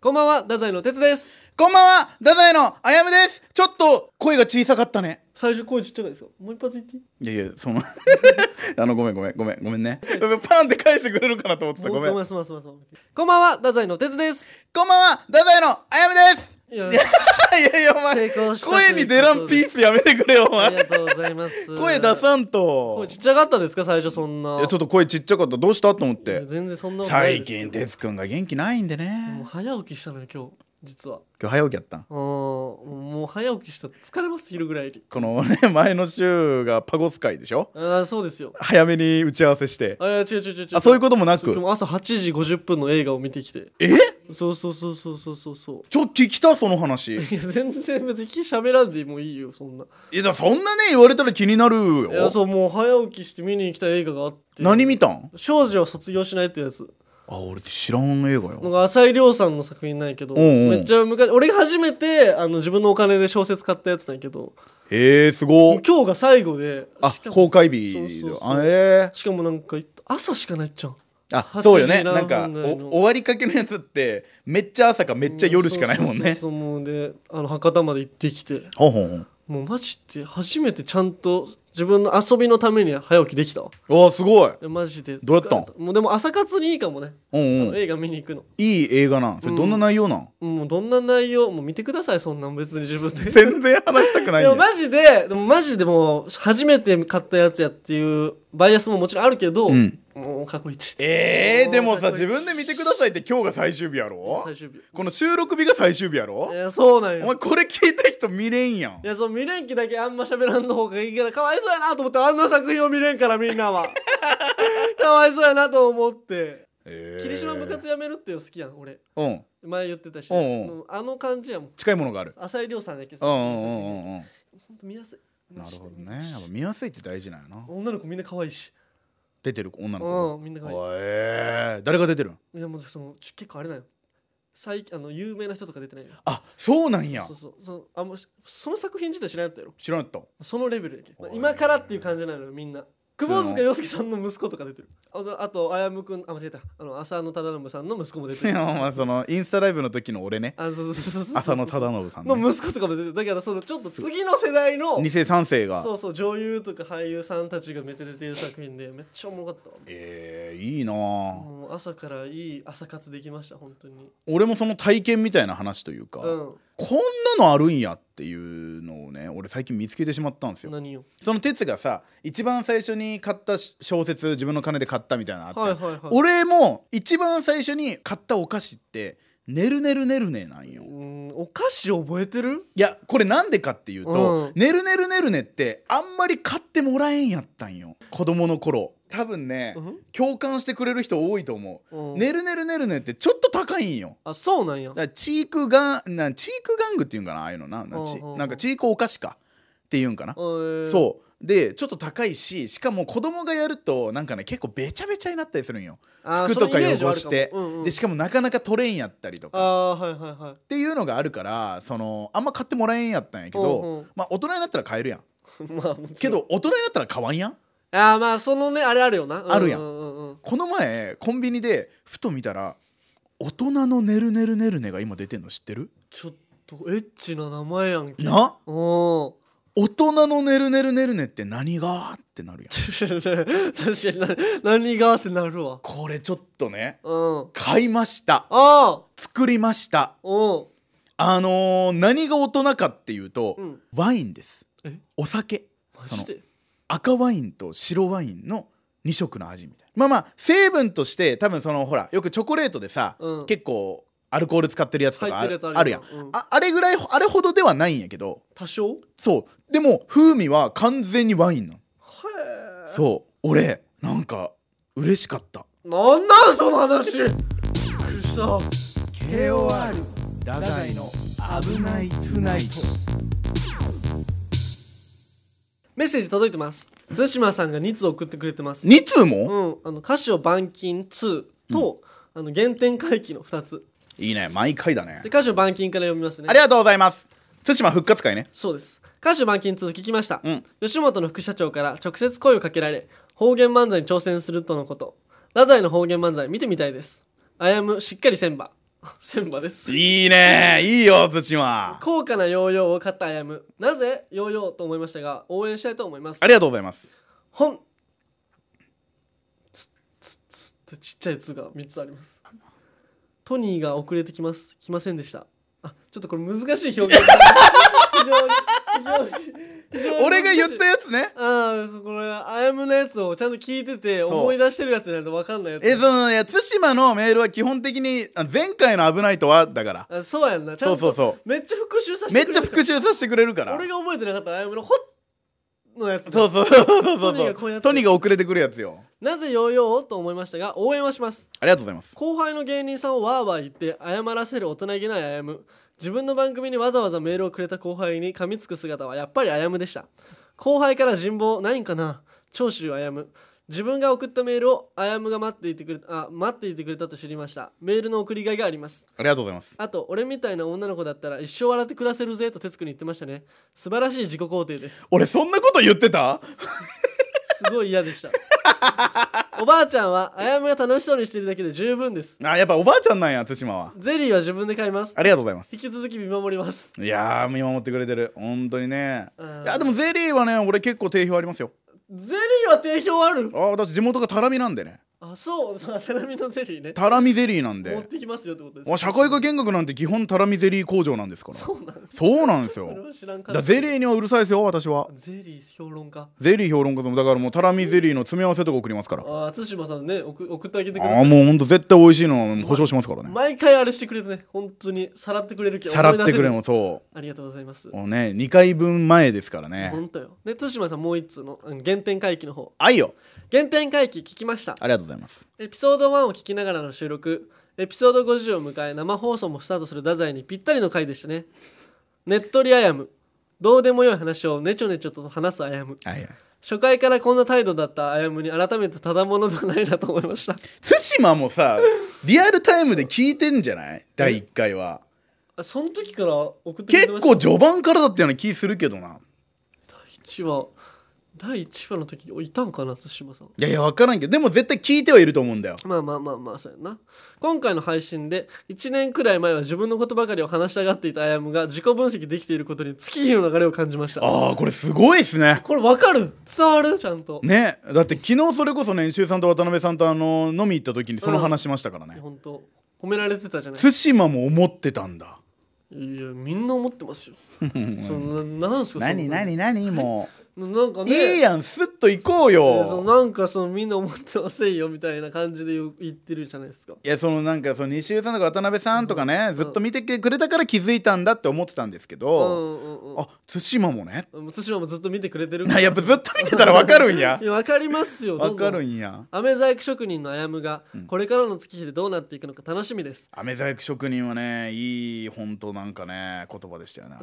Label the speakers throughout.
Speaker 1: こんばんは、太宰の哲です。
Speaker 2: こんばんは太宰のあやむですちょっと声が小さかったね
Speaker 1: 最初声ちっちゃいですよ。もう一発言っていい
Speaker 2: いやいやその あのごめんごめんごめんごめんねパンって返してくれるかなと思ってたごめん
Speaker 1: も
Speaker 2: こ
Speaker 1: う一回回す回す回すこんばんは、太宰の哲です。
Speaker 2: んばんは太宰のあやむです
Speaker 1: いや、
Speaker 2: いやいやお
Speaker 1: 成
Speaker 2: 前
Speaker 1: 功したということで
Speaker 2: 声に出らんピースやめてくれよお
Speaker 1: あり
Speaker 2: 前
Speaker 1: がとうございます。
Speaker 2: 声出さんと
Speaker 1: 声ちっちゃかったですか、最初そん
Speaker 2: い
Speaker 1: な。
Speaker 2: やちょっと声ちっちゃかったどうしたと思っ
Speaker 1: いや
Speaker 2: て
Speaker 1: 全然そんなことない
Speaker 2: 最
Speaker 1: です
Speaker 2: 近哲くんが元気ないんで
Speaker 1: もう
Speaker 2: ね
Speaker 1: 早起きしたのよ、今日、実は。
Speaker 2: 今日早起きやったん
Speaker 1: うん、もう早起きした、疲れます、昼ぐらいに。
Speaker 2: このね 前の週がパゴス会でしょ
Speaker 1: ああ、そうですよ。
Speaker 2: 早めに打ち合わせして
Speaker 1: あ、いや違う違う違う違う。
Speaker 2: あそういうこともな
Speaker 1: そうで
Speaker 2: く
Speaker 1: も朝8時50分の映画を見てきて。
Speaker 2: え
Speaker 1: そうそうそうそうそうそうそう。
Speaker 2: ちょっと聞きたその話
Speaker 1: いや 全然別に喋らんでもいいよそんない
Speaker 2: やだそんなね言われたら気になる
Speaker 1: いや
Speaker 2: よ
Speaker 1: そうもう早起きして見に行きたい映画があって
Speaker 2: 何見たん
Speaker 1: 少女は卒業しないってやつ
Speaker 2: あ俺って知らん映画
Speaker 1: なん
Speaker 2: よ
Speaker 1: か浅井亮さんの作品なんやけど
Speaker 2: うんうん
Speaker 1: めっちゃ昔俺が初めてあの自分のお金で小説買ったやつなんやけど
Speaker 2: えー、す
Speaker 1: も
Speaker 2: ご
Speaker 1: う
Speaker 2: っ
Speaker 1: 今日が最後で
Speaker 2: あ
Speaker 1: しかも
Speaker 2: 公開日
Speaker 1: そうそうそう
Speaker 2: あえ
Speaker 1: しかもなんか朝しかないっちゃん
Speaker 2: ー、
Speaker 1: 8
Speaker 2: あそうよ
Speaker 1: 時何
Speaker 2: ねなん
Speaker 1: 分だ
Speaker 2: か
Speaker 1: よ
Speaker 2: お終わりかけのやつってめっちゃ朝かめっちゃ夜しかないもんね
Speaker 1: そうそうそうもうであの博多まで行ってきて
Speaker 2: ほんほんほん
Speaker 1: もうマジって初めてちゃんと自分の遊びのために早起きできたわ
Speaker 2: うわすごい
Speaker 1: いやマジで
Speaker 2: どうやったん
Speaker 1: 疲れもうでも朝活にいいかもね
Speaker 2: うんうんい
Speaker 1: 映画見に行くの
Speaker 2: い映画なんそれどんな内容なん、
Speaker 1: もうどんな内容もう見てくださいそんなん別に自分 で
Speaker 2: 全然話したくないん
Speaker 1: で
Speaker 2: や
Speaker 1: もマジででもマジでもう初めて買ったやつやっていうバイアスももちろんあるけど、
Speaker 2: うん
Speaker 1: もう過去一
Speaker 2: えー、でもさ
Speaker 1: もう
Speaker 2: 自分で見てくださいって今日が最終日やろ
Speaker 1: 最終日
Speaker 2: この収録日が最終日やろ
Speaker 1: いやそうなん
Speaker 2: お
Speaker 1: よ
Speaker 2: 前これ聞いた人見れんやん
Speaker 1: いやそう未練期だけあんま喋らんの方がいいからかわいそうやなと思ってあんな作品を見れんからみんな はかわいそうやなと思って
Speaker 2: えー
Speaker 1: 霧島部活やめるってよ好きやん俺
Speaker 2: うん
Speaker 1: 前言ってたし、
Speaker 2: うんうん
Speaker 1: あの感じやもん
Speaker 2: 近いものがある
Speaker 1: 浅井亮さんだけ
Speaker 2: うんうんうんうんうん
Speaker 1: ほんと見やすい
Speaker 2: なるほどねやっぱ見やすいって大事なんやな
Speaker 1: 女の子みんな可愛いし
Speaker 2: 出てる女の
Speaker 1: う
Speaker 2: 子
Speaker 1: んみんな可愛い
Speaker 2: おいえー誰が出てるん
Speaker 1: いやもうそのちょ結構あれなの最あの有名な人とか出てないの
Speaker 2: あそうなんや
Speaker 1: そうそうそのあもうしその作品自体知らなかったやろ
Speaker 2: 知らんやった
Speaker 1: そのレベルやけ、まあ
Speaker 2: おい
Speaker 1: 今からっていう感じなのよみんな窪塚洋介さんの息子とか出てるあとあとあやむくんあ間違えたあの浅野忠信さんの息子も出て
Speaker 2: いや
Speaker 1: る
Speaker 2: まあそのインスタライブの時の俺ね
Speaker 1: あそうそうそうそう
Speaker 2: 浅野忠信さんね
Speaker 1: の息子とかも出てるだからそのちょっと次の世代の
Speaker 2: 二世三世が
Speaker 1: そうそう女優とか俳優さんたちがめっちゃ出てる作品でめっちゃおもろかったわ
Speaker 2: えーいいなあ
Speaker 1: もう朝からいい朝活できました本当に
Speaker 2: 俺もその体験みたいな話というか
Speaker 1: う
Speaker 2: こんなのあるんやっていうのをね俺最近見つけてしまったんです
Speaker 1: ん
Speaker 2: よ
Speaker 1: 何よ
Speaker 2: その哲がさ一番最初に買ったし小説自分の金で買ったみたいなのあって、
Speaker 1: はいはいはい
Speaker 2: 俺も一番最初に買ったお菓子って「ねるねるねるね」なんよ。
Speaker 1: うー
Speaker 2: い
Speaker 1: んお菓子覚えてる
Speaker 2: やこれなんでかっていう
Speaker 1: う
Speaker 2: と
Speaker 1: ん
Speaker 2: 「ねるねるねるね」ってあんまり買ってもらえんやったんよ子供の頃多分ね、共感してくれる人多いと思
Speaker 1: うん
Speaker 2: う「ねるねるねるね」ってちょっと高いんよ
Speaker 1: あそうなんや
Speaker 2: だからチークガンなんチーク玩具っていうんかなああいうのななんかチ
Speaker 1: うんうんうん
Speaker 2: なんかチークお菓子かっていうんかな
Speaker 1: そ
Speaker 2: そうでちょっと高いししかも子供がやるとなんかね結構べちゃべちゃになったりするんよ、
Speaker 1: う
Speaker 2: 服とか汚して
Speaker 1: うんうん
Speaker 2: でしかもなかなか取れんやったりと
Speaker 1: あ
Speaker 2: かっ
Speaker 1: ーはいはいはい
Speaker 2: ていうのがあるからそのあんま買ってもらえんやったんやけど、まあ大人になったら買えるやん
Speaker 1: うんうんまあもちろん
Speaker 2: けど大人になったら買わんやん
Speaker 1: あーまあそのねあれあるよな
Speaker 2: あるやん
Speaker 1: ううんうん
Speaker 2: この前コンビニでふと見たら大人のねるねるねるねが今出てんの知ってる
Speaker 1: ちょっとエッチな名前やんけ
Speaker 2: な
Speaker 1: おお
Speaker 2: 大人のねるねるねるねって何がってなるやん
Speaker 1: 確かにな何がってなるわ
Speaker 2: これちょっとね
Speaker 1: うんあ
Speaker 2: 買いました
Speaker 1: あ
Speaker 2: 作りました
Speaker 1: お
Speaker 2: あのー何が大人かっていうと、
Speaker 1: うん
Speaker 2: ワインです
Speaker 1: え
Speaker 2: お酒
Speaker 1: マジで
Speaker 2: 赤ワインと白ワインの2色の味みたいなまあまあ成分として多分そのほらよくチョコレートでさ、
Speaker 1: うん
Speaker 2: 結構アルコール使ってるやつとかあ
Speaker 1: 入ってるや
Speaker 2: る
Speaker 1: つ
Speaker 2: あ
Speaker 1: あ
Speaker 2: る
Speaker 1: る
Speaker 2: や
Speaker 1: よ
Speaker 2: ん、
Speaker 1: うん
Speaker 2: ああれぐらいあれほどではないんやけど
Speaker 1: 多少
Speaker 2: そうでも風味は完全にワインな
Speaker 1: へ
Speaker 2: の
Speaker 1: え
Speaker 2: そう俺なんか嬉しかった
Speaker 1: なんなんその話びっくりした KOR
Speaker 2: ダ
Speaker 1: 宰の
Speaker 2: 危ないトゥナイト
Speaker 1: メッセージ届いてます対馬さんが2通送ってくれてます
Speaker 2: 2通も、
Speaker 1: うんあの歌詞を板金2と、あの原点回帰の2つ
Speaker 2: いいね毎回だね
Speaker 1: で歌詞を板金から読みますね
Speaker 2: ありがとうございます対馬復活会ね
Speaker 1: そうです歌詞を板金2聞きました、
Speaker 2: うん
Speaker 1: 吉本の副社長から直接声をかけられ方言漫才に挑戦するとのこと太宰の方言漫才見てみたいですあやむしっかりせんば 千葉です
Speaker 2: いいねいいよ土間
Speaker 1: 高価なヨーヨーを買ったあやむなぜヨーヨーと思いましたが応援したいと思います
Speaker 2: ありがとうございます
Speaker 1: 本つつつってちっちゃい「つ」が3つありますトニーが遅れてきます来ませんでしたあちょっとこれ難しい表現 非常に非常に非常に
Speaker 2: 俺が言っ
Speaker 1: 難しい
Speaker 2: たやつね
Speaker 1: ああこれあやむのやつをちゃんと聞いてて
Speaker 2: う
Speaker 1: 思い出してるやつになると分かんないや
Speaker 2: え
Speaker 1: つ
Speaker 2: そのいや対馬のメールは基本的にあ前回の「危ないとは」だから
Speaker 1: あそうやんなちゃん
Speaker 2: そ
Speaker 1: と
Speaker 2: うそうそう
Speaker 1: めっちゃ復習させ
Speaker 2: め
Speaker 1: て
Speaker 2: っちゃ復習させてくれるから
Speaker 1: 俺が覚えてなかったあやむの「ほっ」のやつ
Speaker 2: そうそうそうそうそ
Speaker 1: ト
Speaker 2: う
Speaker 1: ニーがこうやって
Speaker 2: トニーが遅れてくるやつよ
Speaker 1: なぜヨーヨーと思いましたが応援はします
Speaker 2: ありがとうございます
Speaker 1: 後輩の芸人さんをわーわー言って謝らせる大人げないあやむ自分の番組にわざわざメールをくれた後輩に噛みつく姿はやっぱりあやむでした後輩から人望ないんかな長州あやむ自分が送ったメールをあやむが待っていてくれたあ待っていてくれたと知りましたメールの送りがいがあります
Speaker 2: ありがとうございます
Speaker 1: あと俺みたいな女の子だったら一生笑って暮らせるぜと哲くに言ってましたね素晴らしい自己肯定です
Speaker 2: 俺そんなこと言ってた
Speaker 1: すごい嫌でしたおばあちゃんはあやむが楽しそうにしてるだけで十分です
Speaker 2: あやっぱおばあちゃんなんや対馬は
Speaker 1: ゼリーは自分で買います
Speaker 2: ありがとうございます
Speaker 1: 引き続き見守ります
Speaker 2: いやー見守ってくれてる本当にね
Speaker 1: うん
Speaker 2: いやでもゼリーはね俺結構定評ありますよ
Speaker 1: ゼリーは定評ある
Speaker 2: あー私地元がタラミなんでね
Speaker 1: あそう そうタラミのゼリーね
Speaker 2: タラミゼリーなん
Speaker 1: 持っ
Speaker 2: で
Speaker 1: てきますよってことです
Speaker 2: あ社会科見学なんて基本タラミゼリー工場なんですから
Speaker 1: そうなんです
Speaker 2: そうなんです
Speaker 1: それ
Speaker 2: よ
Speaker 1: は知らんか
Speaker 2: だ
Speaker 1: った
Speaker 2: からゼリーにはうるさいですよ私は
Speaker 1: ゼリー評論家
Speaker 2: ゼリー評論家でもだからもうタラミゼリーの詰め合わせとか送りますからあ
Speaker 1: あ対馬さんね送送ってあげてくだ
Speaker 2: あ
Speaker 1: さ
Speaker 2: ー
Speaker 1: い
Speaker 2: もうほんと絶対美味しいの保証しますからね
Speaker 1: 毎回あれしてくれてね本当にさらってくれるけ
Speaker 2: さらってくれ
Speaker 1: 思い出せる
Speaker 2: もそ
Speaker 1: ありがとうございます
Speaker 2: うもうね2回分前ですからね
Speaker 1: 本当よで対馬さんもう一つのうん原点回帰の方
Speaker 2: 愛よ
Speaker 1: 原点回帰聞きました
Speaker 2: ありがとうございます
Speaker 1: エピソード1を聞きながらの収録エピソード50を迎え生放送もスタートする太宰にぴったりの回でしたねねっとりあやむどうでもよい話をねちょねちょと話すあやむ
Speaker 2: はいはい
Speaker 1: 初回からこんな態度だったあやむに改めてただものじゃないなと思いました
Speaker 2: 対馬もさリアルタイムで聞いてんじゃない第1回は
Speaker 1: あその時から送ってくれて
Speaker 2: 結
Speaker 1: ました
Speaker 2: 構序盤からだったような気するけどな
Speaker 1: 1話第1話の時いたんかな対馬さん
Speaker 2: いやいや分からんけどでも絶対聞いてはいると思うんだよ
Speaker 1: まあまあまあまあそうやな今回の配信で1年くらい前は自分のことばかりを話したがっていたあやむが自己分析できていることに月日の流れを感じました
Speaker 2: ああこれすごいっすね
Speaker 1: これわかる伝わるちゃんと、
Speaker 2: ねだって昨日それこそね周さんと渡辺さんとあの飲み行った時にその話しましたからね
Speaker 1: 本当褒められてたじゃない
Speaker 2: 対馬も思ってたんだ
Speaker 1: いやみんな思ってますよそのななんすかその
Speaker 2: 何何何も
Speaker 1: ななんか
Speaker 2: う
Speaker 1: ね
Speaker 2: いいやんスッと行こう
Speaker 1: えそのな
Speaker 2: よ
Speaker 1: んかそのみんな思ってませんよみたいな感じで言う言ってるじゃないですか
Speaker 2: いやそのなんかその西尾さんとか渡辺さんとかねずっと見てくれたから気づいたんだって思ってたんですけ
Speaker 1: う
Speaker 2: ど
Speaker 1: んうんうん
Speaker 2: あ対馬もね
Speaker 1: もう対馬もずっと見てくれてる
Speaker 2: なやっぱずっと見てたらわかるんや
Speaker 1: いやわかりますよ
Speaker 2: わかる
Speaker 1: ん
Speaker 2: んや
Speaker 1: 飴細工職人のあやむが、これからの月日でどうなっていくのか楽しみです
Speaker 2: 飴細工職人はねいい本当なんかね言葉でしたよねあ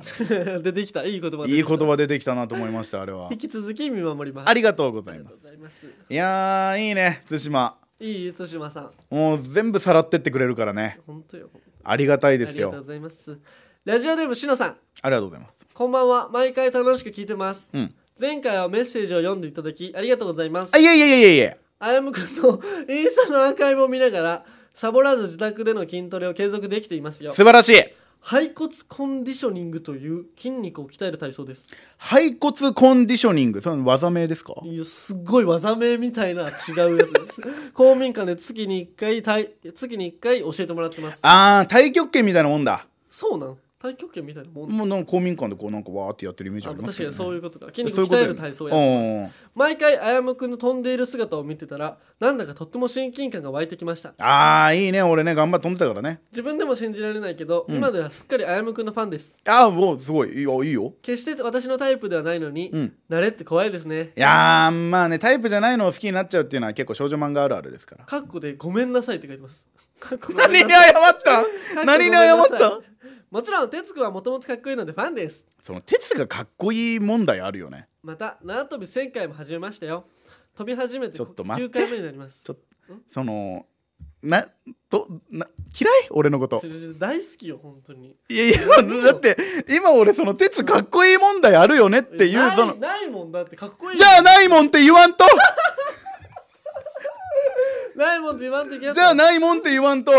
Speaker 2: れ
Speaker 1: 出てきたいい言葉が出
Speaker 2: い
Speaker 1: て
Speaker 2: い
Speaker 1: き
Speaker 2: 言
Speaker 1: た
Speaker 2: 葉出てきたなと思いましたあ れは
Speaker 1: 引き続き見守ります
Speaker 2: ありがとうござい
Speaker 1: ありが
Speaker 2: ま
Speaker 1: とう
Speaker 2: す
Speaker 1: ございます
Speaker 2: いやーいいね対馬
Speaker 1: いい対馬さん
Speaker 2: もう全部さらってってくれるからね
Speaker 1: 本当よ
Speaker 2: ありがたいで
Speaker 1: あ
Speaker 2: す
Speaker 1: りがとう
Speaker 2: よ
Speaker 1: ございますラジオネームしのさん
Speaker 2: ありがとうございます
Speaker 1: こんばんは毎回楽しく聞いてます
Speaker 2: うん
Speaker 1: 前回はメッセージを読んでいただきありがとうございます
Speaker 2: あいやいやいやいやいや
Speaker 1: あやむくんの インスタのアーカイブを見ながらサボらず自宅での筋トレを継続できていますよ
Speaker 2: 素晴らしい
Speaker 1: 背骨コンディショニングという筋肉を鍛える体操です
Speaker 2: 背骨コンディショニングその技名ですか
Speaker 1: いやすっごい技名みたいな違うやつです 公民館で月に1回体月に1回教えてもらってます
Speaker 2: あー太極拳みたいなもんだ
Speaker 1: そうなん太極拳みたいなもん、
Speaker 2: もうなんか公民館でこうなんかわーってやってるイメージ
Speaker 1: あ
Speaker 2: ありま
Speaker 1: 確
Speaker 2: す
Speaker 1: か
Speaker 2: よ
Speaker 1: に
Speaker 2: ね
Speaker 1: そういうことか筋肉
Speaker 2: そういうこ
Speaker 1: 鍛
Speaker 2: とだ
Speaker 1: え
Speaker 2: よ
Speaker 1: る
Speaker 2: ね
Speaker 1: 体操をやってます
Speaker 2: うん
Speaker 1: 毎回あやむくんの飛んでいる姿を見てたらなんだかとっても親近感が湧いてきました
Speaker 2: あーいいね俺ね頑張って飛んでたからね
Speaker 1: 自分でも信じられないけど、今ではすっかりあやむくんのファンです
Speaker 2: ああもうすごいいいよいいよ
Speaker 1: 決して私のタイプではないのに、
Speaker 2: うん
Speaker 1: 慣れって怖いですね
Speaker 2: いやーまあねタイプじゃないのを好きになっちゃうっていうのは結構少女漫画あるあるで すから
Speaker 1: カッコでごめんなさいって書いてますカッコごめんな
Speaker 2: 何
Speaker 1: さい
Speaker 2: に謝った
Speaker 1: カッコ
Speaker 2: 何に
Speaker 1: ご
Speaker 2: 謝
Speaker 1: めん
Speaker 2: っ
Speaker 1: なさい
Speaker 2: た
Speaker 1: もちろん哲くんはもともとかっこいいのでファンです
Speaker 2: その鉄がかっこいい問題あるよね
Speaker 1: また縄跳び1000回も始めましたよ飛び始めて
Speaker 2: ちょっと待っ
Speaker 1: 9
Speaker 2: て
Speaker 1: 回目になります
Speaker 2: ちょっとそのなどな嫌い俺のこと
Speaker 1: 大好きよ本当に
Speaker 2: いやいやだって今俺その鉄かっこいい問題あるよねってい
Speaker 1: な
Speaker 2: う
Speaker 1: い
Speaker 2: その
Speaker 1: ないもんだってかっこいい
Speaker 2: じゃあないもんって言わんと
Speaker 1: ないもんって言わんといけな
Speaker 2: じゃあ
Speaker 1: な
Speaker 2: ないもんって言わんと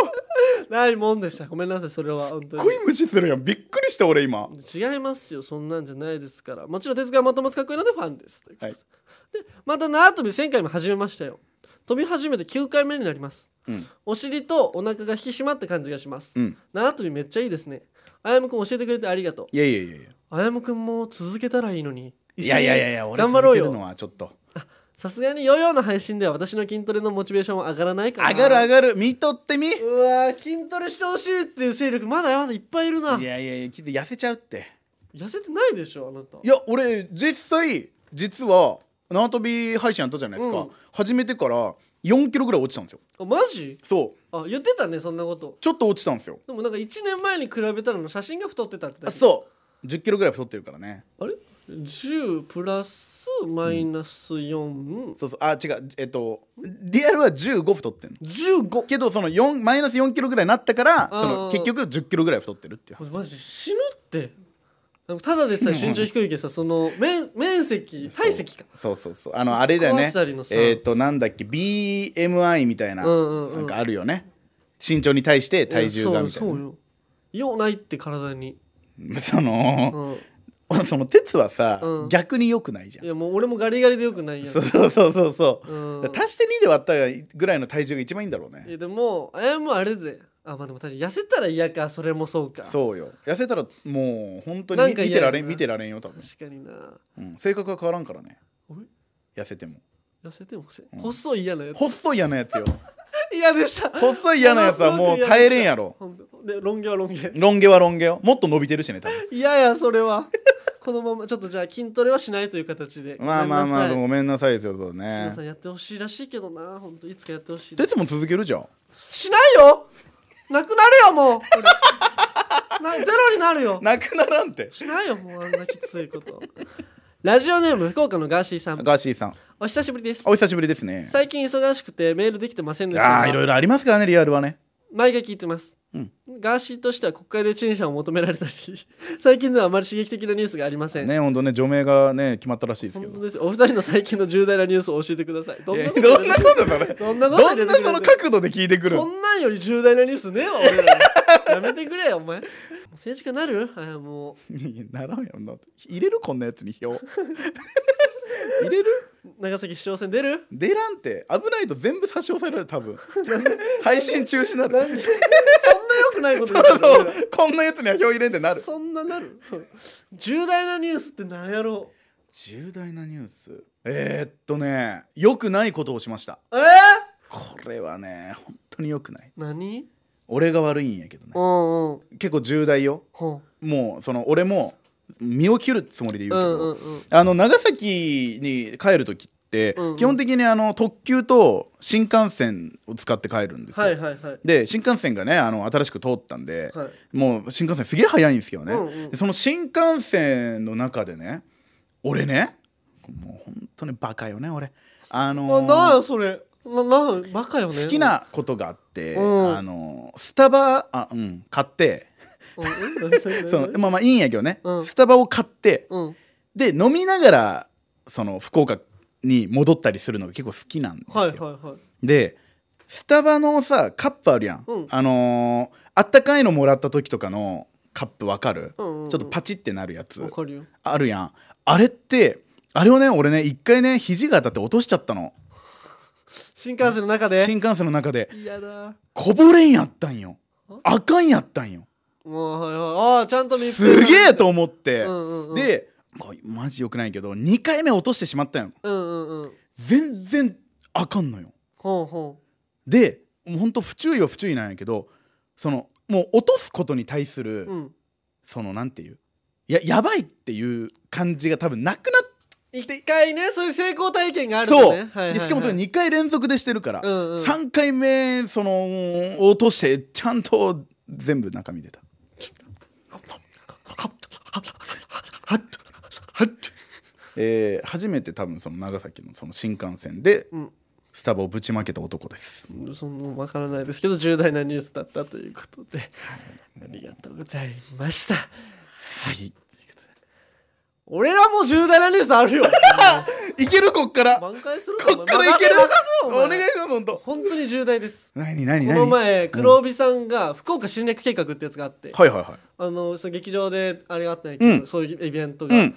Speaker 1: ないもんでしたごめんなさいそれは本当に
Speaker 2: 恋無視するやんびっくりした俺今
Speaker 1: 違いますよそんなんじゃないですからもちろん手塚はもともとかっこいいのでファンですということです、でまた縄跳び1000回も始めましたよ飛び始めて9回目になります
Speaker 2: うん
Speaker 1: お尻とお腹が引き締まった感じがします
Speaker 2: うん
Speaker 1: 縄跳びめっちゃいいですねあやむくん教えてくれてありがとう
Speaker 2: いやいやいやいや
Speaker 1: あやむくんも続けたらいいのに
Speaker 2: いやいやいやいや俺
Speaker 1: 頑張ろう
Speaker 2: 続けるの
Speaker 1: よ
Speaker 2: はちょっと
Speaker 1: さすがにヨーヨーの配信では私の筋トレのモチベーションは上がらないから
Speaker 2: 上がる上
Speaker 1: る
Speaker 2: がる見とってみいう
Speaker 1: わー筋トレしてほしいっていう勢力まだまだいっぱいいるな
Speaker 2: やいやいやきっと痩せちゃうって
Speaker 1: 痩せてないでしょあなた
Speaker 2: いや俺実際実は縄跳び配信やったじゃないですか、
Speaker 1: うん
Speaker 2: 始めてから4キロぐらい落ちたんですよ
Speaker 1: あマジ
Speaker 2: そう
Speaker 1: あ言ってたねそんなこと
Speaker 2: ちょっと落ちたんですよ
Speaker 1: でもなんか1年前に比べたらの写真が太ってたってだ
Speaker 2: あ
Speaker 1: け
Speaker 2: そう1 0キロぐらい太ってるからね
Speaker 1: あれ10プラスマイナス415
Speaker 2: そうそうあ違うえっとリアルは15太ってんのけどその4マイナス4キロぐらいになったから
Speaker 1: うん
Speaker 2: その結局1 0キロぐらい太ってるっていう
Speaker 1: これマジ死ぬってなんかただで さえ身長低いけどさその面面積体積か
Speaker 2: そうそうそうあのあれだよ
Speaker 1: 壊
Speaker 2: ね
Speaker 1: したりのさ
Speaker 2: えっ、となんだっけ BMI みたいな、
Speaker 1: うんうんうん
Speaker 2: なんかあるよね身長に対して体重がみたい
Speaker 1: やそう
Speaker 2: な
Speaker 1: よそうよようないって体に、
Speaker 2: その、
Speaker 1: うん、
Speaker 2: その鉄はさ、
Speaker 1: うん
Speaker 2: 逆に良くないじゃ
Speaker 1: い
Speaker 2: ん
Speaker 1: やもう俺もガリガリでよくないやん
Speaker 2: そうそうそうそうそう、
Speaker 1: うん
Speaker 2: 足して2で割ったぐらいの体重が一番いいんだろう
Speaker 1: い
Speaker 2: ね
Speaker 1: やでもあやもあれぜあまあでも確かに痩せたら嫌かそれもそうか
Speaker 2: そうよ痩せたらもう本当
Speaker 1: な
Speaker 2: に
Speaker 1: んか
Speaker 2: 見
Speaker 1: 嫌
Speaker 2: て
Speaker 1: やな
Speaker 2: られん見てられんよ多分、
Speaker 1: 確かにな
Speaker 2: うん、性格は変わらんからね
Speaker 1: あ
Speaker 2: 痩せても
Speaker 1: れ痩せてもせ
Speaker 2: うん
Speaker 1: 細い嫌なやつ
Speaker 2: 細い嫌なやつよ
Speaker 1: 嫌でした
Speaker 2: 細い嫌なやつはもう耐えれんやろ
Speaker 1: ほんとでロン毛はロン毛
Speaker 2: ロン毛はロン毛よもっと伸びてるしね多分
Speaker 1: 嫌やそれはこのままちょっとじゃあ筋トレはしないという形で
Speaker 2: まあまあまあ
Speaker 1: ごめんな
Speaker 2: ごめんなさいですよそ
Speaker 1: さい
Speaker 2: う
Speaker 1: 篠
Speaker 2: ね
Speaker 1: 田さんやってほしいらしいけどな本当いつかやってほしいです
Speaker 2: 鉄も続けるじゃん
Speaker 1: しないよなくなるよもうこれなゼロになるよ
Speaker 2: なくならんて
Speaker 1: しないよもうあんなきついことラジオネーム福岡のガーシーさん
Speaker 2: ガーシーさん
Speaker 1: お久しぶりです
Speaker 2: お久しぶりですね
Speaker 1: 最近忙しくてメールできてませんでした
Speaker 2: ああい
Speaker 1: が
Speaker 2: ろいろありますからねリアルはね
Speaker 1: 毎回聞いてます、
Speaker 2: うん
Speaker 1: ガーシーとしては国会で陳謝を求められたり最近ではあまり刺激的なニュースがありません、
Speaker 2: ね本当ね除名がね決まったらしいですけ
Speaker 1: 本当
Speaker 2: ど
Speaker 1: ですお二人の最近の重大なニュースを教えてくださいどんなこと
Speaker 2: いやどんなことだね
Speaker 1: どんなこと
Speaker 2: どんなその角度で聞いてくる
Speaker 1: そんなんより重大なニュースねえわ俺らやめてくれよお前もう政治家なるあいやも
Speaker 2: いやならんやんな入れるこんなやつに票入れる
Speaker 1: う長崎市長選出る
Speaker 2: 出らんて危ないと全部差し押さえられる 多分配信中止にな
Speaker 1: なん
Speaker 2: る
Speaker 1: でそんな良くないこと言ってる
Speaker 2: そ
Speaker 1: 俺ら
Speaker 2: うこんなやつには票入れんって なる
Speaker 1: そんななる重大なニュースってなんやろう
Speaker 2: 重大なニュースえー、っとね良くないことをしました
Speaker 1: えー、
Speaker 2: これはね本当に良くない
Speaker 1: 何
Speaker 2: 俺が悪いんやけど
Speaker 1: う
Speaker 2: ね
Speaker 1: んうん
Speaker 2: 結構重大よ
Speaker 1: ほん
Speaker 2: もうその俺も身を切るつもりで言う
Speaker 1: う
Speaker 2: け
Speaker 1: ん
Speaker 2: ど、
Speaker 1: うんうん
Speaker 2: あの長崎に帰る時って、
Speaker 1: うんうん
Speaker 2: 基本的にあの特急と新幹線を使って帰るんですよ、
Speaker 1: はいはいはい
Speaker 2: で新幹線がねあの新しく通ったんで、
Speaker 1: はい
Speaker 2: もう新幹線すげえ早いんですけどね、
Speaker 1: うんうん
Speaker 2: でその新幹線の中でね俺ねもう本当にバカよね俺あ
Speaker 1: あ
Speaker 2: のー
Speaker 1: なんやそれななんバカよね
Speaker 2: 好き、なことがあって、
Speaker 1: うん
Speaker 2: あのースタバあうん買って
Speaker 1: うんうん何それ
Speaker 2: そのまあまあいいんやけどね、
Speaker 1: うん
Speaker 2: スタバを買って
Speaker 1: うん
Speaker 2: で飲みながらその福岡に戻ったりするのが結構好きなんですよ、
Speaker 1: はいはいはい
Speaker 2: でスタバのさカップあるやん、
Speaker 1: うん
Speaker 2: あのーあったかいのもらった時とかのカップわかる、
Speaker 1: うんうんうん
Speaker 2: ちょっとパチってなるやつ
Speaker 1: わかるよ
Speaker 2: あるやんあれってあれをね俺ね一回ね肘が当たって落としちゃったの
Speaker 1: 新幹線の中で
Speaker 2: 新幹線の中で
Speaker 1: 嫌だ
Speaker 2: こぼれんやったんよ
Speaker 1: あ
Speaker 2: あかんやったんよ
Speaker 1: もうはいはいああちゃんと密封
Speaker 2: すげえと思って、
Speaker 1: うんうんうん
Speaker 2: でこれマジよくないけど2回目落としてしまったんよ
Speaker 1: うんうんうん
Speaker 2: 全然あかんのよ
Speaker 1: ほんほ
Speaker 2: でもうほんと不注意は不注意なんやけどそのもう落とすことに対する、
Speaker 1: んうん
Speaker 2: そのなんていうややばいっていう感じが多分なくなっ
Speaker 1: 一回ねそういう成功体験があると
Speaker 2: そう、
Speaker 1: ねはいはいはい
Speaker 2: でしかもそれ2回連続でしてるから、
Speaker 1: うんうん
Speaker 2: 3回目その落としてちゃんと全部中身出たえー初めて多分その長崎のその新幹線で
Speaker 1: うん
Speaker 2: スタバをぶちまけた男です、
Speaker 1: そのわからないですけど重大なニュースだったということでありがとうございました
Speaker 2: はい
Speaker 1: 俺らも重大なニュースあるよ
Speaker 2: いけるこっからこ
Speaker 1: 挽回する
Speaker 2: っからいける
Speaker 1: 任せ
Speaker 2: お
Speaker 1: 任せよお
Speaker 2: 願
Speaker 1: 前
Speaker 2: いします本当
Speaker 1: 本当に重大です
Speaker 2: 何何
Speaker 1: こ
Speaker 2: 何
Speaker 1: の前黒帯さんが福岡侵略計画ってやつがあって、
Speaker 2: はいはいはい
Speaker 1: あのその劇場であれがあったんやけど、
Speaker 2: うん
Speaker 1: そういうイベントが、
Speaker 2: うん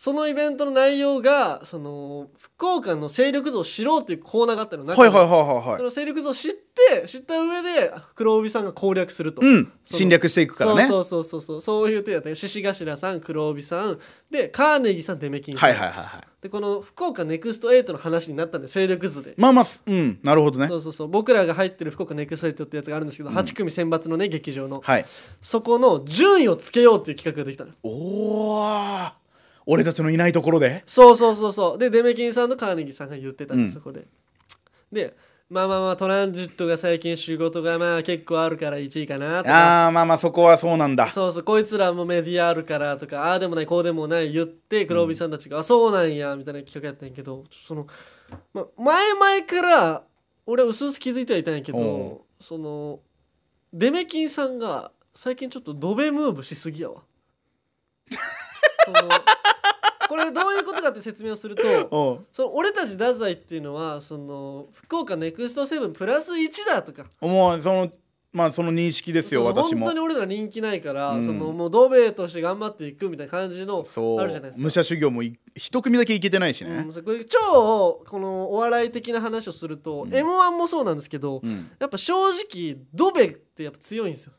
Speaker 1: そのイベントの内容がその福岡の勢力図を知ろうというコーナーがあったの中
Speaker 2: はい
Speaker 1: で
Speaker 2: はいはいはい
Speaker 1: そ
Speaker 2: はい
Speaker 1: の勢力図を知って知った上で黒帯さんが攻略すると、
Speaker 2: うん侵略していくからね
Speaker 1: そうそうそうそうそういう手だったよ獅子頭さん黒帯さんでカーネギーさんデメキンさ
Speaker 2: は
Speaker 1: ん、
Speaker 2: いはいはいは
Speaker 1: でこの福岡ネクスト8の話になったんで勢力図で
Speaker 2: いまあまあうんなるほどね
Speaker 1: そうそうそう僕らが入ってる福岡ネクスト8ってやつがあるんですけど、8組選抜のね劇場の、
Speaker 2: はい
Speaker 1: そこの順位をつけようっていう企画ができたの
Speaker 2: おー俺たちのいないところで
Speaker 1: そうそうそうそうでデメキンさんとカーネギーさんが言ってたんです、そ
Speaker 2: うん
Speaker 1: こででまあまあまあトランジットが最近仕事がまあ結構あるから1位かなとか
Speaker 2: あーまあまあそこはそうなんだ
Speaker 1: そうそうこいつらもメディアあるからとかああでもないこうでもない言って黒帯さんたちが、あそうなんやみたいな企画やったんやけどちょその、ま、前々から俺はうすうす気づいてはいたんやけど
Speaker 2: お
Speaker 1: そのデメキンさんが最近ちょっとドベムーブしすぎや わそのこれどういうことかって説明をすると
Speaker 2: おう
Speaker 1: その俺たち太宰っていうのはその福岡ネクストセブンプラス1だとか
Speaker 2: もうそのまあその認識ですよ
Speaker 1: そうそう
Speaker 2: 私も
Speaker 1: 本当に俺ら人気ないから、
Speaker 2: うん
Speaker 1: そのもうドベとして頑張っていくみたいな感じの
Speaker 2: そ
Speaker 1: あるじゃないうですか
Speaker 2: 武者修行もい一組だけいけてないし
Speaker 1: う
Speaker 2: ね
Speaker 1: ん、そうこれ超このお笑い的な話をすると、
Speaker 2: うん
Speaker 1: m 1もそうなんですけど、
Speaker 2: うん
Speaker 1: やっぱ正直ドベってやっぱ強いんですよ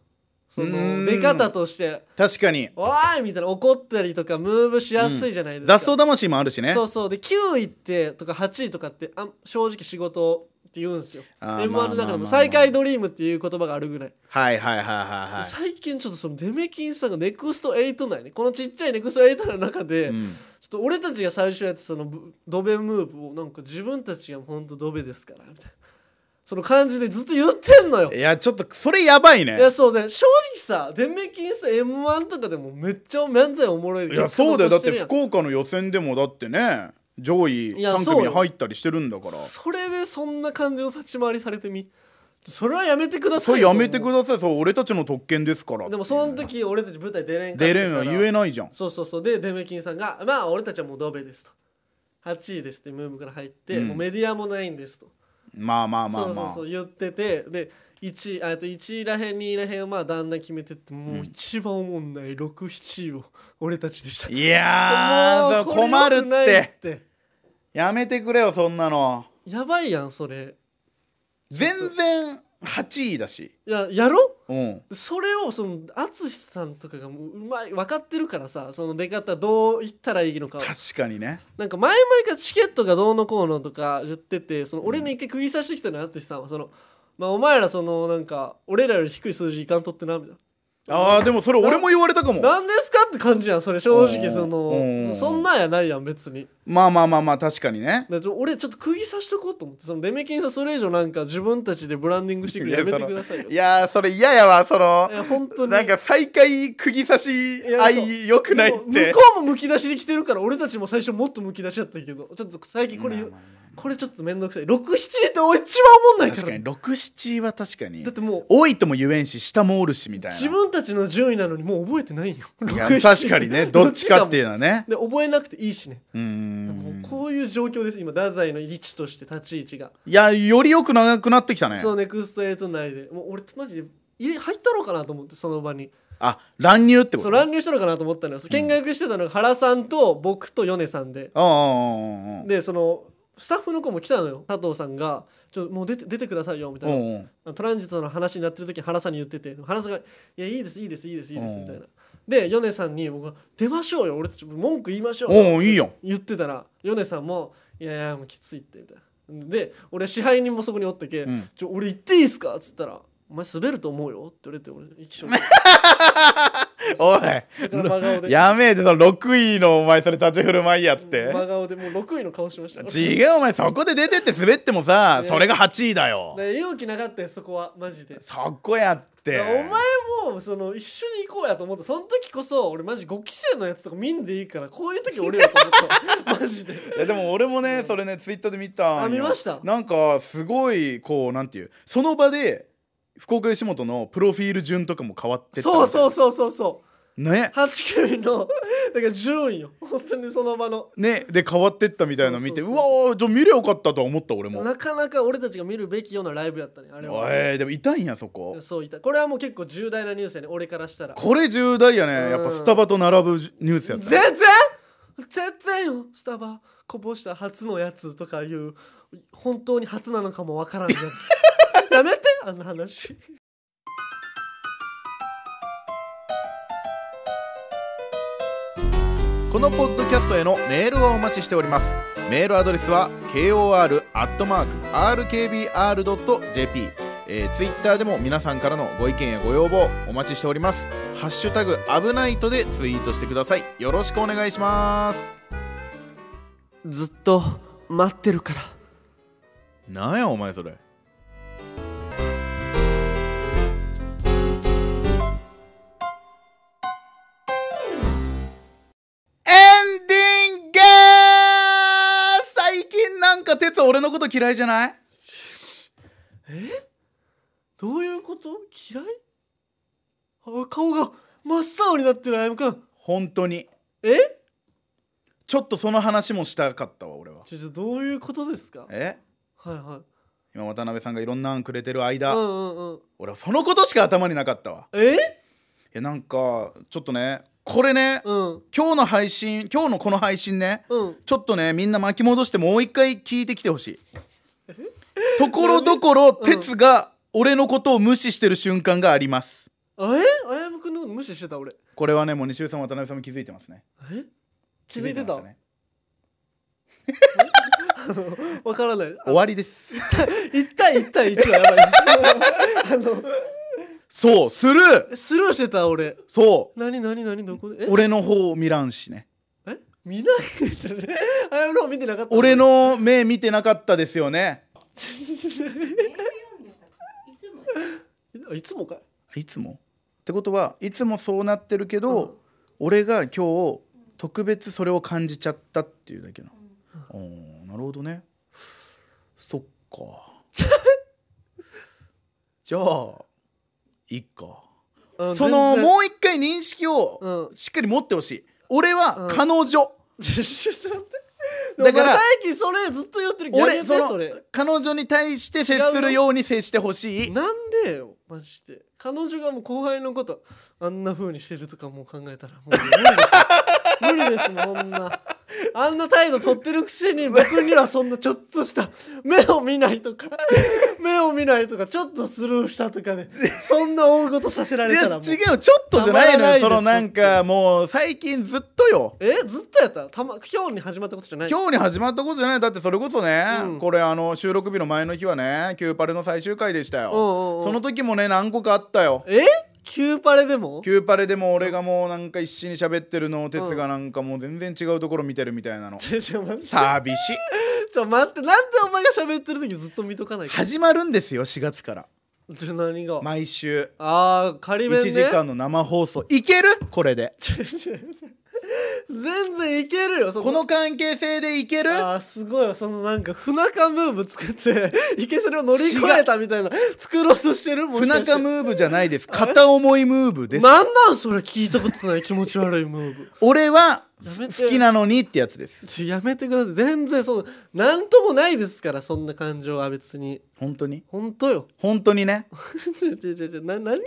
Speaker 1: そう
Speaker 2: ー
Speaker 1: の
Speaker 2: ん
Speaker 1: 出方として
Speaker 2: 確かに
Speaker 1: 「おーい!」みたいな怒ったりとかムーブしやすいじゃないですか、
Speaker 2: 雑草魂もあるしね
Speaker 1: そうそうで9位ってとか8位とかってあん正直仕事って言うんですよ m
Speaker 2: あー
Speaker 1: 1
Speaker 2: まあ
Speaker 1: の
Speaker 2: まあ
Speaker 1: 中
Speaker 2: ま
Speaker 1: で
Speaker 2: あ
Speaker 1: も
Speaker 2: まあ
Speaker 1: 最下位ドリームっていう言葉があるぐらい
Speaker 2: はいはいはいは
Speaker 1: 最近ちょっとそのデメキンさんがネクスト8内ねこのちっちゃいネクスト8の中
Speaker 2: い
Speaker 1: で、
Speaker 2: はい、
Speaker 1: ちょ
Speaker 2: うん
Speaker 1: っと俺たちが最初やってたそのブドベムーブをなんか自分たちが本当ドベですからみたいなその感じでずっと言ってんのよ
Speaker 2: いやちょっとそれやばいね
Speaker 1: いやそうね正直さデメキンさん m 1とかでもめっちゃ漫才おもろい
Speaker 2: いやそうだよだって
Speaker 1: るやん
Speaker 2: 福岡の予選でもだってね上位
Speaker 1: いや
Speaker 2: 3
Speaker 1: そう
Speaker 2: 組
Speaker 1: よ
Speaker 2: に入ったりしてるんだからそ
Speaker 1: それでそんな感じの立ち回りされてみそれはやめてください
Speaker 2: れやめてく
Speaker 1: だ
Speaker 2: ださいそう俺たちの特権ですから
Speaker 1: でもその時俺たち舞台出れんかった
Speaker 2: 出
Speaker 1: から
Speaker 2: れんのは言えないじゃん
Speaker 1: そうそうそうでデメキンさんが「まあ俺たちはもうドベです」と「8位です」ってムームから入って、
Speaker 2: うん
Speaker 1: もうメディアもないんですと、
Speaker 2: まあまあまあまあ
Speaker 1: そうそうそう言っててで1位あと1位らへん2位らへんをまあだんだん決めてってもう一番おもんない67位を俺たちでした、
Speaker 2: いやー
Speaker 1: もうこれ
Speaker 2: 困る
Speaker 1: 良
Speaker 2: っ
Speaker 1: くない
Speaker 2: てやめてくれよそんなの
Speaker 1: やばいやんそれ
Speaker 2: 全然8位だし
Speaker 1: いややろ
Speaker 2: うん
Speaker 1: それをその淳さんとかがもううまい分かってるからさその出方どういったらいいのかを
Speaker 2: 確かにね
Speaker 1: なんか前々からチケットがどうのこうのとか言っててその俺に一回釘刺してきたのよ淳さんはその、まあ、お前らそのなんか俺らより低い数字いかんとってなみたい
Speaker 2: あーでもそれ俺も言われたかも
Speaker 1: ななんですかって感じやんそれ正直そ
Speaker 2: うん
Speaker 1: の
Speaker 2: うん
Speaker 1: そんなんやないやん別に
Speaker 2: まあまあまあまあ確かにね
Speaker 1: だからちょ俺ちょっと釘刺しとこうと思ってそのデメキンさんそれ以上なんか自分たちでブランディングしてくれやめてくださいよ
Speaker 2: いやーそれ嫌やわその
Speaker 1: いや本当に
Speaker 2: なんか最下位釘刺し合いよくないっ
Speaker 1: でも
Speaker 2: て
Speaker 1: 向こうもむき出しで来てるから俺たちも最初もっとむき出しやったけどちょっと最近これ、
Speaker 2: まあまあま
Speaker 1: これちょっと面倒くさい67って俺一番おもんない
Speaker 2: あ
Speaker 1: から
Speaker 2: 確かに67は確かに
Speaker 1: だってもう
Speaker 2: 多いとも言えんし下もおるしみたいな
Speaker 1: 自分たちの順位なのにもう覚えてないよ
Speaker 2: いや
Speaker 1: 67
Speaker 2: 確かにねどっちかっていうのはね
Speaker 1: で覚えなくていいしね
Speaker 2: うー
Speaker 1: もうんこういう状況です今太宰の位置として立ち位置が、
Speaker 2: いやよりよく長くなってきたね
Speaker 1: そうネクスト8内でもう俺マジで入れ入ったろうかなと思ってその場に
Speaker 2: あ乱入ってこ
Speaker 1: そう
Speaker 2: とあ
Speaker 1: 乱入したのかなと思ったのよ見学してたのが原さんと僕と米さんで
Speaker 2: ああ
Speaker 1: でそのスタッフの子も来たのよ佐藤さんが「ちょもう出て出てくださいよ」みたいな
Speaker 2: あ
Speaker 1: トランジットの話になってる時に原さんに言ってて原さんが「いやいいですいいですいいですいいです」
Speaker 2: うん
Speaker 1: みたいなで米さんに僕が「出ましょうよ俺たち文句言いましょうよ」
Speaker 2: おおいいよ
Speaker 1: 言ってたら米さんも「いやいやもうきついって」みたいなで俺支配人もそこにおったけ「
Speaker 2: うん
Speaker 1: ちょ俺行っていいっすか?」っつったら「お前滑ると思うよ」って言われて俺一緒に
Speaker 2: お い
Speaker 1: 真顔で
Speaker 2: やめえでその6位のお前それ立ち振る舞いやって
Speaker 1: 真顔でもう6位の顔しました
Speaker 2: 違うお前そこで出てって滑ってもさ
Speaker 1: いや
Speaker 2: それが8位だよ
Speaker 1: で勇気なかったよそこはマジで
Speaker 2: そこやって
Speaker 1: だからお前もその一緒に行こうやと思ったその時こそ俺マジ5期生のやつとか見んでいいからこういう時俺やと思ったマジで
Speaker 2: いやでも俺もね、それねツイッターで見たんよ
Speaker 1: あ見ました
Speaker 2: なんかすごいこうなんていうその場で福岡吉本のプロフィール順とかも変わってった
Speaker 1: そうそうそう
Speaker 2: そ
Speaker 1: そうそう
Speaker 2: ね
Speaker 1: 8組のだから順位よ本当にその場の
Speaker 2: ねで変わってったみたいなの見てう
Speaker 1: そうそうそう
Speaker 2: わーじゃあ見りゃよかったとは思った俺も
Speaker 1: なかなか俺たちが見るべきようなライブやったねあれは
Speaker 2: えー、でも痛いんやそこ
Speaker 1: そういたこれはもう結構重大なニュースやね俺からしたら
Speaker 2: これ重大やね
Speaker 1: うん
Speaker 2: やっぱスタバと並ぶニュースや
Speaker 1: 全
Speaker 2: った
Speaker 1: 然
Speaker 2: ね
Speaker 1: 全然よスタバこぼした初のやつとかいう本当に初なのかもわからんや つやめてあんな話
Speaker 2: このポッドキャストへのメールをお待ちしておりますメールアドレスは kor.rkbr.jp えー、ツイッターでも皆さんからのご意見やご要望お待ちしておりますハッシュタグ危ないとでツイートしてくださいよろしくお願いします
Speaker 1: ずっと待ってるから
Speaker 2: なんやお前それエンディング最近なんか哲俺のこと嫌いじゃない
Speaker 1: どういうこと嫌いあ顔が真っ青になってるあやむくん
Speaker 2: 本当に
Speaker 1: え
Speaker 2: ちょっとその話もしたかったわ俺は
Speaker 1: ちょっとどういうことですか
Speaker 2: え
Speaker 1: はいはい
Speaker 2: 今渡辺さんがいろんな案くれてる間、
Speaker 1: うんうんうん
Speaker 2: 俺はそのことしか頭になかったわ
Speaker 1: え
Speaker 2: いやなんかちょっとねこれね、
Speaker 1: うん
Speaker 2: 今日の配信今日のこの配信ね、
Speaker 1: うん
Speaker 2: ちょっとねみんな巻き戻してもう一回聞いてきてほしいところどころ
Speaker 1: うん
Speaker 2: 鉄が俺のことを無視してる瞬間があります
Speaker 1: あえあやむくんのこと無視してた俺
Speaker 2: これはねもう西尾さん渡辺さんも気づいてますね
Speaker 1: え気づいてた
Speaker 2: ましたね
Speaker 1: わからない
Speaker 2: 終わりです
Speaker 1: 1対1対1はやばいですあ
Speaker 2: そうする
Speaker 1: のスルーしてた俺
Speaker 2: そ
Speaker 1: 何何何どこでえ
Speaker 2: う俺の方を見らんしね
Speaker 1: え見ないちょっとねあやむの方見てなかった
Speaker 2: 俺の目見てなかったですよね
Speaker 1: あいつもかい
Speaker 2: いつもってことはいつもそうなってるけど、
Speaker 1: うん
Speaker 2: 俺が今日特別それを感じちゃったっていうだけな、おーなるほどねそっか じゃあいいか
Speaker 1: うん
Speaker 2: そ
Speaker 1: 全
Speaker 2: の
Speaker 1: 然
Speaker 2: もう一回認識を
Speaker 1: うん
Speaker 2: しっかり持ってほしい俺
Speaker 1: う
Speaker 2: は
Speaker 1: ん
Speaker 2: 彼女、
Speaker 1: ちょちょっと待って
Speaker 2: だ
Speaker 1: だ
Speaker 2: か
Speaker 1: からら最近それずっと言ってる
Speaker 2: 俺
Speaker 1: 俺
Speaker 2: そ
Speaker 1: そ
Speaker 2: の
Speaker 1: それ
Speaker 2: 彼女に対して接するように接してほしい
Speaker 1: なんでよマジで彼女がもう後輩のことあんな風にしてるとかもう考えたらもう無 理です無理ですもんこんなあんな態度取ってるくせに僕にはそんなちょっとした目を見ないとか 目を見ないとかちょっとスルーしたとか でそんな大事させら
Speaker 2: い
Speaker 1: れ
Speaker 2: や
Speaker 1: たらも
Speaker 2: 違
Speaker 1: う
Speaker 2: うちょっとじゃない
Speaker 1: たまら
Speaker 2: の
Speaker 1: ないで
Speaker 2: よ
Speaker 1: す
Speaker 2: そのなんかもう最近ずっとよ
Speaker 1: えずっとやったたま今日に始まったことじゃない
Speaker 2: 今日に始まったことじゃないだってそれこそね、
Speaker 1: うん
Speaker 2: これあの収録日の前の日はねキューパレの最終回でしたよ、
Speaker 1: おうおうおう
Speaker 2: その時もね何個かあったよ
Speaker 1: えキューパレでも
Speaker 2: キューパレでも俺がもうなんか一緒に喋ってるのを哲がなんかもう全然違うところ見てるみたいなの
Speaker 1: ちょちょ待って
Speaker 2: 寂しい
Speaker 1: ちょ待ってなんでお前が喋ってる時ずっと見とかないか
Speaker 2: 始まるんですよ4月から
Speaker 1: ちょ何が、
Speaker 2: 毎週
Speaker 1: あー仮面
Speaker 2: 1
Speaker 1: ね
Speaker 2: 時間の生放送いけるこれで
Speaker 1: 全然いけるよそ
Speaker 2: この関係性でいける
Speaker 1: あーすごいわそのなんか不仲ムーブ作って いけそれを乗り越えたみたいな作ろうとしてるも
Speaker 2: 不
Speaker 1: しかして
Speaker 2: 仲ムーブじゃないです片思いムーブです
Speaker 1: なんなんそれ聞いたことない気持ち悪いムーブ
Speaker 2: 俺は
Speaker 1: やめ
Speaker 2: 好
Speaker 1: て
Speaker 2: きなのにってやつです
Speaker 1: ちょやめてください全然そのなんともないですからそんな感情は別に
Speaker 2: 本当に
Speaker 1: ほんとよ
Speaker 2: 本当にね
Speaker 1: ちょちょちょちょな何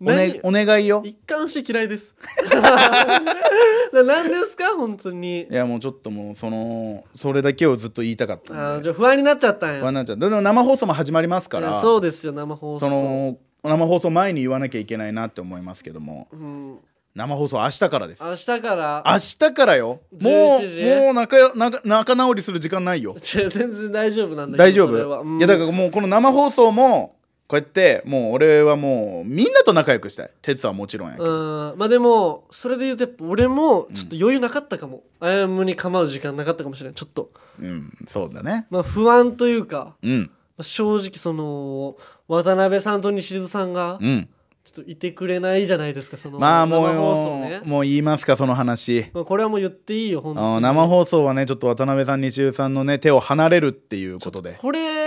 Speaker 2: お,、ね、お願いよ
Speaker 1: 一貫して嫌いです な何ですか本当に
Speaker 2: いやもうちょっともうそのそれだけをずっと言いたかった
Speaker 1: あー
Speaker 2: んで
Speaker 1: じゃあ不安になっちゃったん
Speaker 2: 不安
Speaker 1: や
Speaker 2: になっちゃうでも生放送も始まりますか
Speaker 1: い
Speaker 2: ら
Speaker 1: やそうですよ生放送
Speaker 2: その生放送前に言わなきゃいけないなって思いますけども
Speaker 1: うん
Speaker 2: 生放送明日からです
Speaker 1: 明日から
Speaker 2: 明日からよもう
Speaker 1: 11時
Speaker 2: もう仲よ仲仲直りする時間ないよ
Speaker 1: 違う全然大丈夫なんだ
Speaker 2: 大
Speaker 1: け
Speaker 2: 丈
Speaker 1: どそれは
Speaker 2: 夫、
Speaker 1: うん
Speaker 2: いやだからもうこの生放送もこうやってもう俺はもうみんなと仲良くしたい哲はもちろんやけど、
Speaker 1: うんまあでもそれで言うとやっぱ俺もちょっと余裕なかったかも、あやむに構う時間なかったかもしれないちょっと
Speaker 2: うん、そうだね
Speaker 1: まあ不安というか、
Speaker 2: うん
Speaker 1: まあ正直その渡辺さんと西津さんが
Speaker 2: うん
Speaker 1: ちょっといてくれないじゃないですかその
Speaker 2: まあもう
Speaker 1: 生放送ね、
Speaker 2: もう言いますかその話
Speaker 1: まあ、これはもう言っていいよ本
Speaker 2: あ
Speaker 1: 当
Speaker 2: ー
Speaker 1: に
Speaker 2: 生放送はねちょっと渡辺さん日中さんのね手を 離れるっていうことで
Speaker 1: これ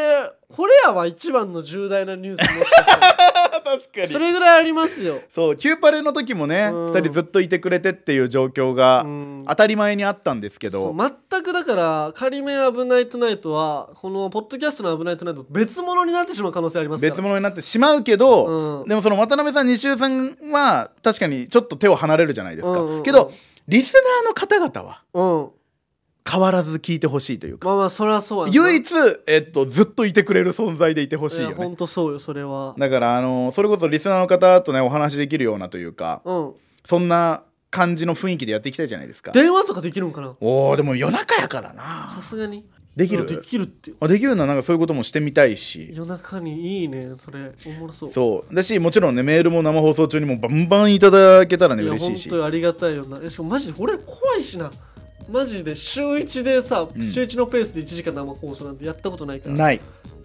Speaker 1: これやは一番の重大なニュースもしかしたら
Speaker 2: 確 かに
Speaker 1: それぐらいあります よ
Speaker 2: そうキューパレの時もね、
Speaker 1: うん
Speaker 2: 2人ずっといてくれてっていう状況が
Speaker 1: うん
Speaker 2: 当たり前にあったんですけど、
Speaker 1: そう全くだから仮面危ないトゥナイトはこのポッドキャストの危ないトゥナイトと別物になってしまう可能性ありますから
Speaker 2: 別物になってしまうけど、
Speaker 1: うん
Speaker 2: でもその渡辺さん西尾さんは確かにちょっと手を離れるじゃないですか、
Speaker 1: うんうんうん
Speaker 2: けどリスナーの方々は
Speaker 1: うん
Speaker 2: 変わらず聞いてほしいというか、
Speaker 1: まあまあそれはそうやんな
Speaker 2: 唯一、えっと、ずっといてくれる存在でいてほしいよ
Speaker 1: いやほ
Speaker 2: ね
Speaker 1: んとそうよそれは
Speaker 2: だから、あのそれこそリスナーの方とねお話しできるようなというか
Speaker 1: うん
Speaker 2: そんな感じの雰囲気でやっていきたいじゃないですか
Speaker 1: 電話とかできるんかな
Speaker 2: おーでも夜中やから
Speaker 1: さ
Speaker 2: な
Speaker 1: すがに
Speaker 2: できる
Speaker 1: できるって
Speaker 2: あできるななんかそういうこともしてみたいし
Speaker 1: 夜中にいいねそれおもろそう
Speaker 2: そうだしもちろんねメールも生放送中にもバンバンいただけたらね
Speaker 1: いや
Speaker 2: 嬉しい
Speaker 1: 本
Speaker 2: し
Speaker 1: 当にありがたいよなえしかもマジで俺怖いしなマジで週1でさ、
Speaker 2: うん
Speaker 1: 週1のペースで1時間生放送なんてやったことないから
Speaker 2: ない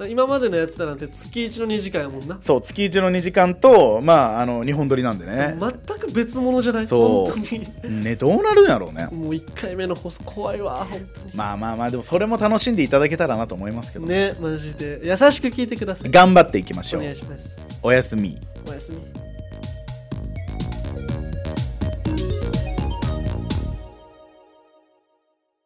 Speaker 1: 今までのやってたなんて月1の2時間やもんな
Speaker 2: そう月1の2時間とまああの2本撮りなんでね、
Speaker 1: 全く別物じゃない
Speaker 2: そう
Speaker 1: 本当に
Speaker 2: ねどうなるんやろうね
Speaker 1: もう1回目の放送怖いわ本当に、
Speaker 2: まあまあまあでもそれも楽しんでいただけたらなと思いますけど、
Speaker 1: ねマジで優しく聞いてください
Speaker 2: 頑張っていきましょ
Speaker 1: お願いうします
Speaker 2: おやすみ
Speaker 1: おやすみ